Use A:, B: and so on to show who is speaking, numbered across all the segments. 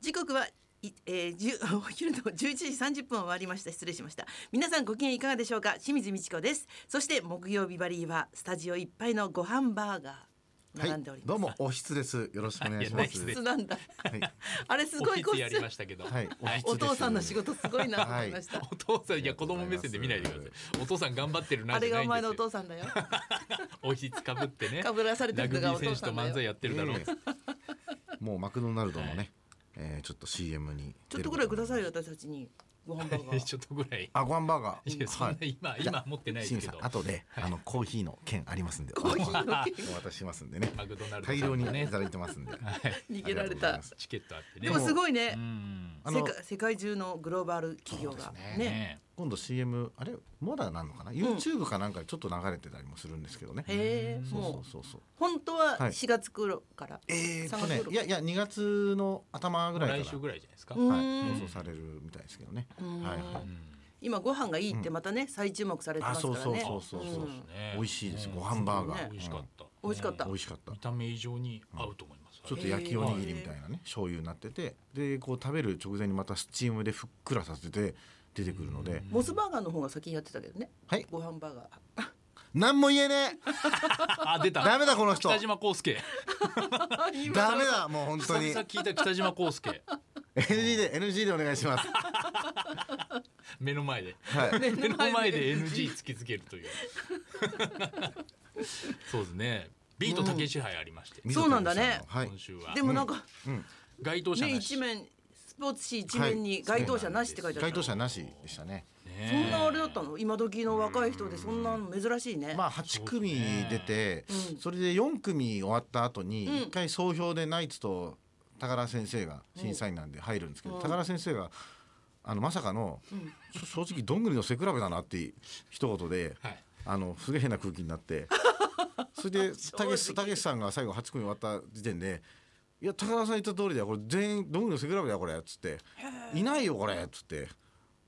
A: 時刻はいえー、10お昼 の11時30分を回りました失礼しました皆さんご機嫌いかがでしょうか清水美智子ですそして木曜日バリーはスタジオいっぱいのご飯バーガー並んでおります、
B: どうもおひつです。よろしくお願いしま
A: お
B: す。
A: ひつなんだ
B: はい、
A: あれすごい
C: お
A: 個
C: ひつやりま
A: 室
C: したけど、
B: はい、ひつ
A: お
B: です
A: 父さんの仕。事すご いなと思いました、
C: お父さんいや子供目線で見ないでくださいお父さん頑張ってるな
A: あ
C: じ
A: れが
C: ゃな
A: お
C: い
A: 前
C: んです
A: のお
C: よ
A: 父さんだよ
C: おひつかぶってね
A: かぶらされて
C: ラ
A: るの
C: グビ
A: が
C: ー
A: お
C: 選
A: 父
C: 手
A: さ
C: と
A: んだ
C: 漫才
A: よ
C: やってるだろう
B: ええもうマクドナルドのね、えー、ちょっと CM に
A: ちょっとぐらいくださいよ
B: よ。
A: 私たちにご飯バ ーガー
C: ちょっとぐらい
B: あ、ご飯バーガー。
C: いやそんな今
B: じゃあ
C: 今持ってないですけ
B: 清
C: ど
B: 水さん後で、あのコーヒーの券ありますんで。
A: コーヒーの
B: お渡ししますんでね。
C: マクドナルドさん
B: 大
C: の
B: 量
C: ね
B: にいただいてますんで。
A: 逃げられ
B: ありがとうござい
A: た
B: ます
C: チケットあってね
A: でもすごいうね
C: ん
B: あ
A: 世
B: の
A: 界世界中のグローバル企業が
B: そうで
A: ね
B: すね今度 CM あれまだなんのかな、YouTube かなんかでちょっと流れてたりもするんですけどね。
A: へえ
B: そうそ
A: も
B: う
A: う
B: そうそう。
A: 本当は
B: はい
A: 4月頃から、
B: えー、っと
A: 3
B: ね
A: 月、頃
B: いやいや2月の頭ぐらいから。
C: 来週ぐらいじゃないですか、
A: うん
B: はい、放送されるみたいですけどね。はいは
C: う
B: い。
C: ん
A: 今ご飯がいいってまたね、再注目されてま
B: あ、
A: すか
B: そう
A: ら
B: そう
A: ね。
B: そうそうそううん
C: ね
B: 美味しいです。
C: うん
B: ご飯バーガ
A: ね
B: ー。
C: 美味しかった、
A: 美味しかった
B: 美味しかった。
C: 見た目以上に合うと思います、
B: ちょっと焼きおにぎりみたいなね、醤油になってて、でこう食べる直前にまたスチームでふっくらさせて出てくるので、
A: モスバーガーの方が先にやってたけどね、
B: はい
A: ご飯バーガー
B: なんも言えねえ。
C: あ 出た
B: ダメだこの人。
C: 北島康介
B: ダメだもう本当に。
C: さっき聞いた北島康介
B: NG で NG でお願いします。
C: 目の前で
B: はい。
C: 目の前で NG 突きつける というそうですねビート竹支配ありまして、
A: そうなんだね
B: はい
C: 今。週は
A: でもなんか、
C: 該当者な
A: ね
C: し
A: 一面スポーツ紙一面に該当者なしって書いてあ
B: 該
A: る
B: 当者なしでしたね。
C: ね
A: そんなあれだったの今時の若い人でそんなの珍しいね、
B: まあ8組出てそ,、
A: うん
B: れで4組終わった後に
A: ん
B: 1回総評でナイツと高田先生が審査員なんで入るんですけど、
A: うん
B: 高田先生があのまさかの、そ正直どんぐりの背比べだなって一言で、
C: はい
B: あのすげえ変な空気になってそれでたけしたけしさんが最後8組終わった時点で「いや高田さん言った通りだよこれ全員どんぐりの背比べだよこれ」っつって「いないよこれ」っつって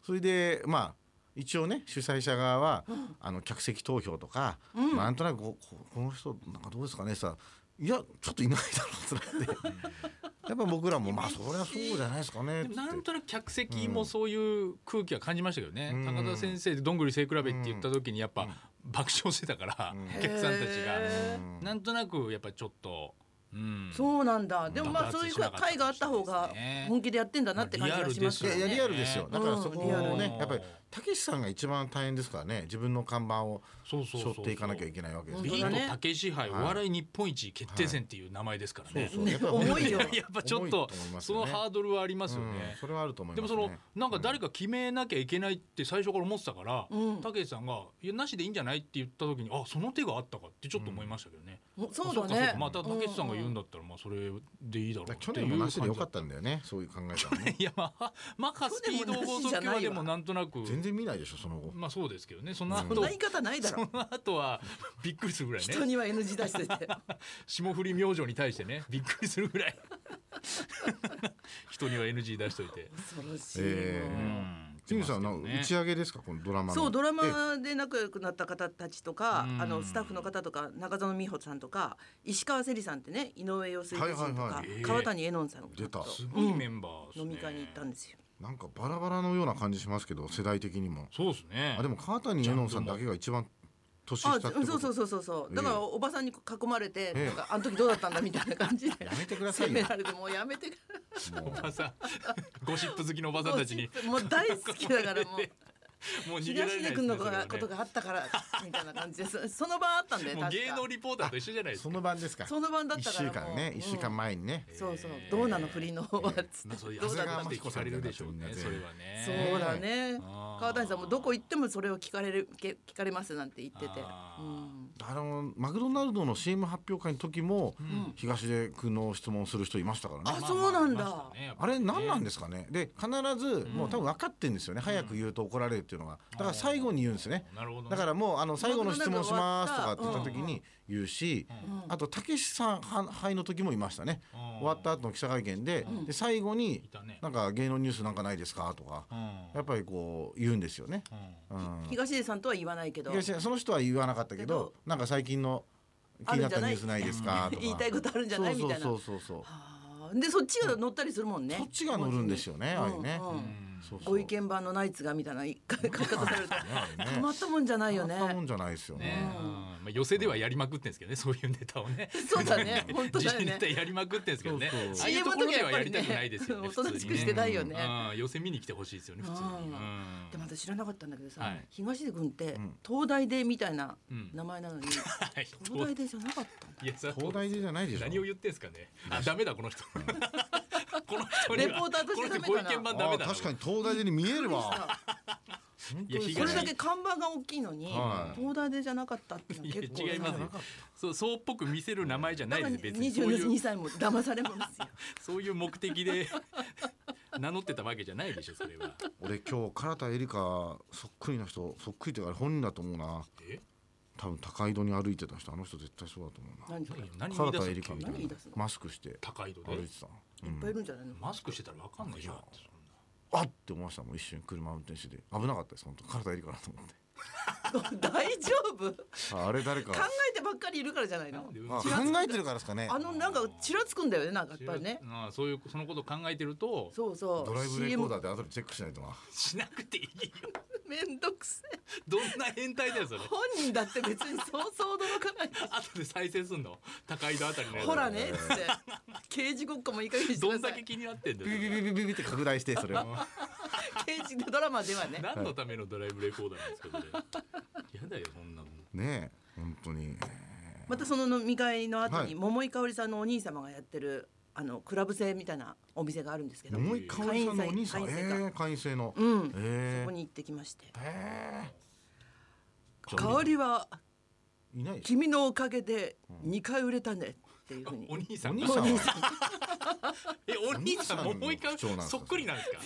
B: それでまあ一応ね主催者側は、あの客席投票とか、まあなんとなくこここの人なんかどうですかねさいやちょっといないだろうっつってやっぱ僕らもまあそりゃそうじゃないですかねっ
C: で
B: つっ
C: も
B: て
C: なんとなく客席もそういう空気は感じましたけどね、
B: うん
C: 高田先生でどんぐり背比べって言った時にやっぱ爆笑してたから、お 客さんたち
A: へ
C: が
A: ー
C: なんとなくやっぱちょっと、うん、
A: そうなんだでもまあ
C: 爆
A: そうい
C: 発
A: う
C: しなかった
A: 会があった方
C: かもし
A: が
C: れないですね
A: 本気でやってんだなって感じがします
B: い
A: よ
B: や
A: ね
B: いやリアルですよ。だから
A: うん
B: そこ
A: リア
B: を
A: ル
B: ね、やっぱりたけしさんが一番大変ですからね、自分の看板を
C: そうそう
B: 背
C: そう
B: 負
C: そ
B: っ
C: う
B: ていかなきゃいけないわけです
C: ビ
B: か
A: 本当
B: ら
A: だね
B: ね。
C: ート竹支配お笑い日本一決定戦っていう名前ですからね、
B: そうそうやっぱり
A: ね重いよ
B: 重
C: やっぱちょっと
B: 重い思います
C: そ
B: よ
C: の
B: ね
C: ハードルはありますよ
B: うん
C: ね。
B: それはあると思い
C: で
B: ま
C: も
B: す
C: そ
B: ね。
C: のなんか誰か決めなきゃいけないって最初から思ってたから
A: うん
C: 武井さんが「いやなしでいいんじゃない?」って言った時にあその手があったかってちょっと思いましたけどね。
A: もうそ
C: あ
A: うだ
C: そうかそう
A: ね
C: かまた武井さんが言うんだったらまあそれでいいだろう
B: だ
C: っ
B: から去
C: てい
B: 年も
C: う
B: な
C: 感
B: し
C: じ
B: で
C: だ
B: よ
C: っ。
B: かったたんだよね。そういう考えたらね。
C: いやまあマカスピード放送級はでもなんとなく
B: 全然見ないでしょその後。
C: まあそうですけどねその
A: そん
C: 後
A: な言い方ないだろ
C: その後はびっくりするぐらいね
A: 人には NG 出してて
C: 霜降り明星に対してねびっくりするぐらい人には NG 出しといて。
A: 恐ろしい、
B: え
C: う
B: え。
C: ん
B: 清水さんなんか打ち上げですかこのドラマの。
A: そうドラ
B: ええ
A: マで仲良くなった方たちとか
C: うん
A: あのスタッフの方とか中園美穂さんとか石川せりさんってね井上陽水夫人とか、
B: はいはい
C: はい
A: 川谷絵音さん
B: 出た
A: と
C: すごいメンバーですね
A: 飲み会に行ったんですよ。
B: なんかバラバラのような感じしますけど世代的にも。
C: そうですね
B: あでも川谷絵音さんだけが一番年下
A: あ
B: ってこと。
A: そうそうそうそうそうだからおばさんに囲まれて、
B: ええ
A: なんかあの時どうだったんだみたいな感じで
B: やめてください よ
A: 責められてもうやめてくだ
C: おばさんゴシップ好きのおばさん
A: さ
C: た
A: い
C: ちに
A: もう大好きだからも う
C: もう逃げら
A: 東
C: れな
A: 出
C: い
A: 君の
C: そ
A: 子
C: れは
A: が
C: ね
A: ことがあったからみたいな感じですその晩あったんだよ
C: もう
A: 確
C: 芸能
A: か
C: リポーターと一緒じゃないです
B: そ
C: か
B: の晩ですか。
A: その晩だっ
B: 一
A: たから
B: 週
A: もう
B: 間ね一週間前にね。
A: そうそうどうなの振りの方はつって
C: まあそういう
A: どうだ
C: 朝
A: った
C: が
A: の
C: って聞かれるでしょうね
B: ええ
C: それはね
A: そうだね。
C: あー
A: 川谷さんもどこ行ってもそれを聞かれるけ聞かれますなんて言ってて、
C: あ
A: う
C: ー
A: ん、
B: あのマクドナルドの CM 発表会の時も、東出君の質問する人いましたからね。
A: あそうなんだ
C: まあまあいましたねやっぱ
B: あ
C: り
B: れ何なんですかねで必ずもう多分分かってんですよね、早く言うと怒られるっていうのがだから最後に言うんですね
C: なるほどね
B: だからもうあの最後の質問しますとかって言った時に言うし、あとたけしさんははいの時もいましたね、
C: うん
B: 終わった後の記者会見で,、で最後に
C: いたね
B: なんか芸能ニュースなんかないですかとか、やっぱりこう言うんですよね。
C: うん
B: うん
A: 東出さんとは言わないけど
B: 東出その人は言わなかったけどなんか最近の気になったニュースないですかとか
A: 言いたいことあるんじゃないみたいな
B: そうそうそうそう
A: ああーでそっちが乗ったりするもんね。
B: そっちが乗るんですよねああいうね
A: うんうん
C: うん
B: そうそう
A: ご意見番のナイツがみたいな一回書き方さ れると
B: ねあれね
A: たまったもんじゃないよね
B: 変わったもんじゃないですよね
C: ね、
A: う
C: うんんまあ、寄せではやりまくってんですけどねそういうネタをね
A: そうだね 本当
C: 時
A: だよ
C: 事ネ
A: ね
C: タやりまくってんですけどね
B: そうそう
C: ああいう
A: CM
C: ところではやりたくないで すよね
A: の時はやっぱりね
C: 普通に
A: おとな
C: ね
A: しくしてないよね
C: うん寄せ見に来てほしいですよね普通に、
A: うん
C: うん
A: でも私知らなかったんだけどさ、
C: はい
A: 東出君って
B: ん
A: 東大でみたいな
C: うん
A: 名前な のに、
C: はい
A: 東大でじゃなかったんだ
C: いやそれは
B: 東大でじゃないでしょ
C: 何を言ってんすかねあダメだこの人 この人には
A: レポーターとしてダメだな
C: この人ご意見
B: あ
C: 番ダメだ
B: ー
C: な
B: 確かに東大でに見えるわ本当です
C: い
B: ね
C: や
A: これ
C: 東
A: だけ看板が大きいのに、
B: はい
A: 東大でじゃなかったっていうの
C: い
A: は
C: や
A: 結構
C: 違いますよそうそうっぽく見せる名前じゃな
A: だ
C: い
A: か
C: で
A: ら
C: す
A: ね
C: 別にそうい
A: 22
C: う
A: 歳も騙されますよ
C: そういう目的で 名乗ってたわけじゃないでしょそれは
B: 俺今日唐田エリカそっくりな人そっくりというか本人だと思うな
C: え
B: 多分高井戸に歩いてた人あの人絶対そうだと思う
A: 何それいっ
C: 何言
B: ない唐
C: 出す
B: 田
C: っ
B: エ
C: け
B: リカみた
A: 何言
B: い
A: い
B: な
A: 出すの
B: マスクして
C: 高井戸
B: 歩い
C: で
B: てた
A: ぱいいるんじゃないの、
C: マスクしてたらわかんないじゃんってそんな
B: あっって思いましたもん一瞬車運転してて危なかったです本当唐田エリカだと思って
A: 大丈夫考
B: ああれ誰か
A: えてばっかりいるからじゃないの
B: あ考えてるからですかね
A: あのなんかちらつくんだよねなんかやっぱりね
C: ああそういうそのことを考えてると
A: そうそう
B: ドライブレコー
A: CM
B: ダーで後でチェックしないとな
C: しなくていいよ
A: めんどくせえ
C: どんな変態だよそれ
A: 本人だって別にそうそう驚かない
C: 後で再生すんの高井戸あたりのやつ
A: ほらねっつって刑事ごっこもいい加減にして
C: ど
A: く
C: ん
A: ださ
C: だけ
A: い
C: 気になってんだ
B: ビビビ
C: よ
B: ビビビビって拡大してそれを
A: 刑事のドラマではね
C: 何のためのドライブレコーダーなんです かそれやだよそんなの
B: ねえ本当に
A: またその飲み会の後
B: は
A: に
B: い
A: 桃井かおりさんのお兄様がやってるあのクラブ制みたいなお店があるんですけど
B: 桃井かおりさんのお兄さん
A: 会員
B: え
A: 制会員制
B: え会員制の
A: うんそ
B: え
A: こ
B: え
A: に行ってきまして
B: え
A: 「香りはい
B: ないです
A: 君のおかげで2回売れたね」っていうふう に
C: お兄さん
B: お
C: が
B: 兄さんは
C: えお兄さん
B: お兄さんの
C: 桃井か
B: 口調なんですか
C: そっくりなんですか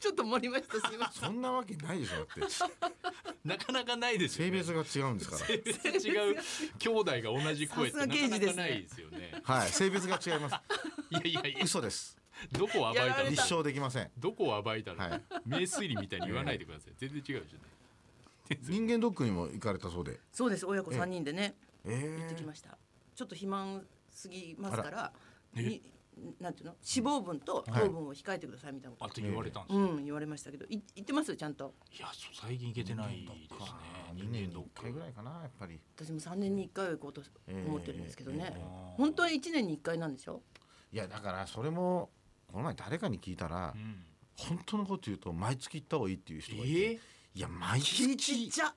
A: ちょっと盛りましたすいません
B: そんなわけないでしょだって
C: なかなかないですよ
B: 性
C: ね
B: 別が違うんですから
C: 性別違う兄弟が同じ声ってなかなかないですよね
B: はい性別が違います
C: いやいやいや
B: 嘘です
C: どこを暴い
A: やら
C: た
A: れ
C: の
B: 立証できません
C: どこを暴いたの、
B: はい
C: 名推理みたいに言わないでください全然違うじゃない
B: 人間ドックにも行かれたそうで
A: そうです親子3人でね行っ
B: え
A: てきましたちょっと肥満すぎます
B: あら
A: から
C: え
A: になんていうの脂肪分と糖分を控えてくださいみたいな
C: あ
A: こと
C: 言われたんです
A: う
C: よ、
A: ん言われましたけどい言ってますちゃんと
C: いやそう最近いけてないですね
B: 2年に1
C: ク
B: 回ぐらいかなやっぱり
A: 私も3年に1回は行こうと思ってるんですけどね
B: えええ
C: え
A: 本当は1年に1回なんでしょ
B: いやだからそれもこの前誰かに聞いたら
C: うん
B: 本当のこと言うと毎月行った方がいいっていう人がいて、
C: え
B: いや毎
A: ちっ
B: 月
A: ちゃ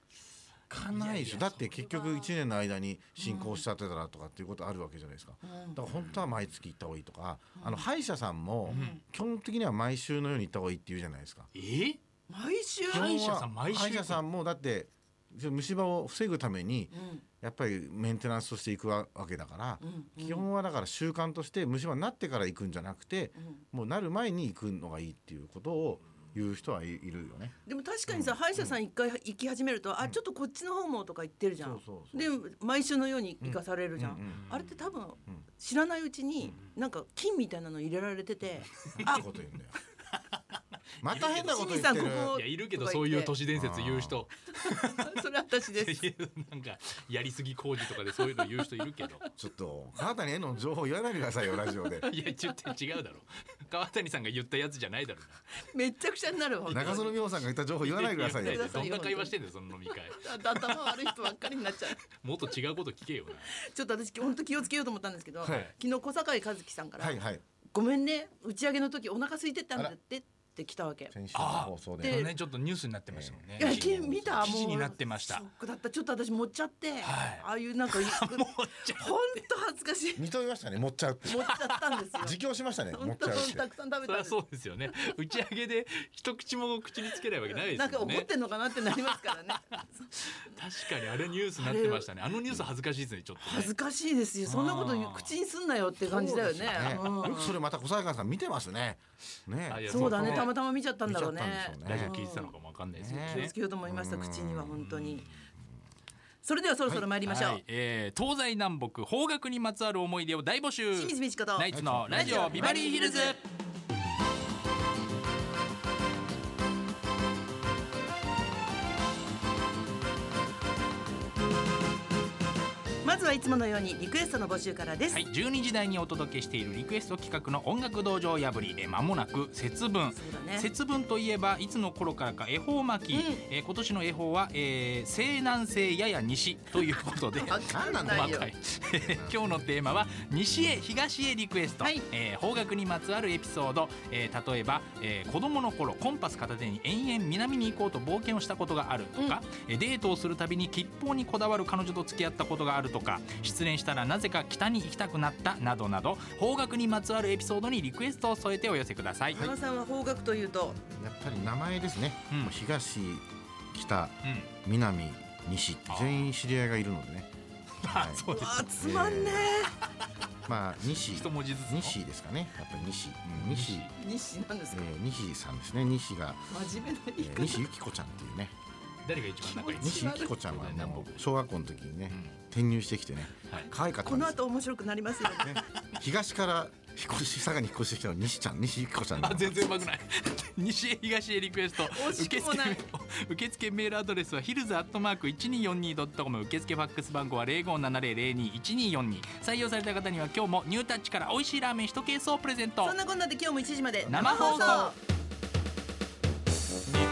B: 行かないで
C: いやい
B: しょ
C: や
B: だって結局1年の間に進行しちゃってたらとかっていうことあるわけじゃないですか。だから本当は毎月行った方がいいとか、あの歯医者さんも基本的には毎週のように行った方がいいって言うじゃないですか。
C: えー
A: 毎週
B: 基本は
C: 歯医者さん毎週
B: 歯医者さんもだって虫歯を防ぐために
A: うん
B: やっぱりメンテナンスとしていくわけだから、
A: うんうん
B: 基本はだから習慣として虫歯になってから行くんじゃなくて、もうなる前に行くのがいいっていうことを言う人はいいるよね。
A: でも確かにさ歯医者さん一回行き始めるとあちょっとこっちの方もとか言ってるじゃん
B: そうそう
A: で毎週のように行かされるじゃ
B: うんうんん
A: あれって多分知らないうちになんか菌みたいなの入れられて て
B: いいこと言うんだよ。また変なこと言
A: 清水
B: ってる。
A: さんここ
C: いやいるけどそういう都市伝説言う人
A: それ私です
C: いやなんかやりすぎ工事とかでそういうの言う人いるけど
B: ちょっと川谷への情報言わないでく ださいよラジオで。
C: いやちょっと違うだろ川谷さんが言ったやつじゃないだろうな
A: めっちゃくちゃになるわ本当に
B: 中園美穂さんが言った情報言わないでくださいよ
A: 言。って
C: どんな会話してんだよその飲み会
A: だだ頭悪い人ばっかりに なっちゃう
C: もっと違うこと聞けよな
A: ちょっと私本当気をつけようと思ったんですけど、
B: はい
A: 昨日小坂井和樹さんから、
B: はいはい。
A: ごめんね打ち上げの時お腹空いてたんだって」って来たわけ。
B: 先週の放送
A: あ
B: で
A: で。
C: ねちょっとニュースになってましたもんね
A: いやき見たもう
C: 記事になってました
A: ショックだったちょっと私持っちゃって、
C: はい
A: ああいうなんか 本
C: もうちょ
A: 当恥ずかしい
B: 認めましたね。持っちゃうって。
A: 持っちゃったんですよ。
B: 自供しましたね。持
A: 本
B: っちゃ
A: 当
B: うっ
A: にた
B: て。
A: くさん食べたん
C: そり
A: で
C: ゃ
A: す
C: そうですよね打ち上げで一口も口につけないわけないです
A: なんか
C: もん
A: 怒っ
C: ね
A: てんのかなってなりますからね
C: 確かにあれニュースになってましたねあのニュース恥ずかしいですねちょっと
A: 恥
C: ね
A: ずかしいですよそんなこと言う
C: あー
A: 口にすんなよって感じだよね
B: そうですよねよくそれまた小坂さん見てますね。ね
C: あ
A: う
C: い
A: ん
C: や
A: そうだね
C: そう
A: たまたま見ちゃったんだろう
B: 見ちゃ
A: ね
B: ったんでしょうね
C: ラジオ聞いてたのかもわかんないですけど
B: ね
A: 気を
C: ね
A: つけようと思いました口には本当にそれではそろそろ参りましょう、
C: はいえー東西南北方角にまつわる思い出を大募集
A: 清水美智子と
C: ナイツのラジオビバリーヒルズ
A: まずははいつものようにリクエストの募集からです、
C: はい、12時台にお届けしているリクエスト企画の音楽道場破り、えー、間もなく節分
A: そうだね
C: 節分といえばいつの頃からか恵方巻き、
A: うん
C: えー今年の恵方は、えー西南西やや西ということで
A: 分かんない
C: 細
A: よ
C: かい 今日のテーマは西へ東へリクエスト、
A: はい
C: えー方角にまつわるエピソード、えー例えば、えー子供の頃コンパス片手に延々南に行こうと冒険をしたことがあるとか、えーデートをするたびに吉報にこだわる彼女と付き合ったことがあるとか失恋したらなぜか北に行きたくなったなどなど方角にまつわるエピソードにリクエストを添えてお寄せください。
A: 山田さんは方角というと
B: やっぱり名前ですね、
C: うん
B: 東北
C: うん
B: 南西って
C: あー
B: 全員知り合いがいるのでね、は
C: あ
B: い、
C: そう
A: う
C: で
A: わ
C: す
A: ーつまんね
B: まあ西
C: 一文字ずつの
B: 西ですかねやっぱり西、うん西、
C: 西
A: え西なんです
B: え
A: か
B: ー、西さんですね西が、
A: 真面目な
B: え
A: 言い
B: ー、
A: 方
B: 西ゆきこちゃんっていうね
C: 誰が一番仲いい
B: 西ゆきこちゃんは
C: 気持ち悪い
B: もう小学校の時にね、
C: うん
B: 転入してきてね、
C: はい
B: 可愛かった
A: こ
B: んで
A: の
B: すよ
A: 後面白くなりますよね
B: ね東から引っ越し佐賀に引っ越してきたの西ちゃん西ゆきこちゃん
C: あ
B: だ
C: 全然うまくない西へ東へリクエスト
A: 惜し
C: 受
A: くも
C: 付
A: ない
C: 受付メールアドレスはヒルズアットマーク 1242.com 受付ファックス番号は0570021242採用された方には今日もニュータッチから美味しいラーメン1ケースをプレゼント
A: そんなこんなで今日も1時まで
C: 生放送
A: 生放送
C: リ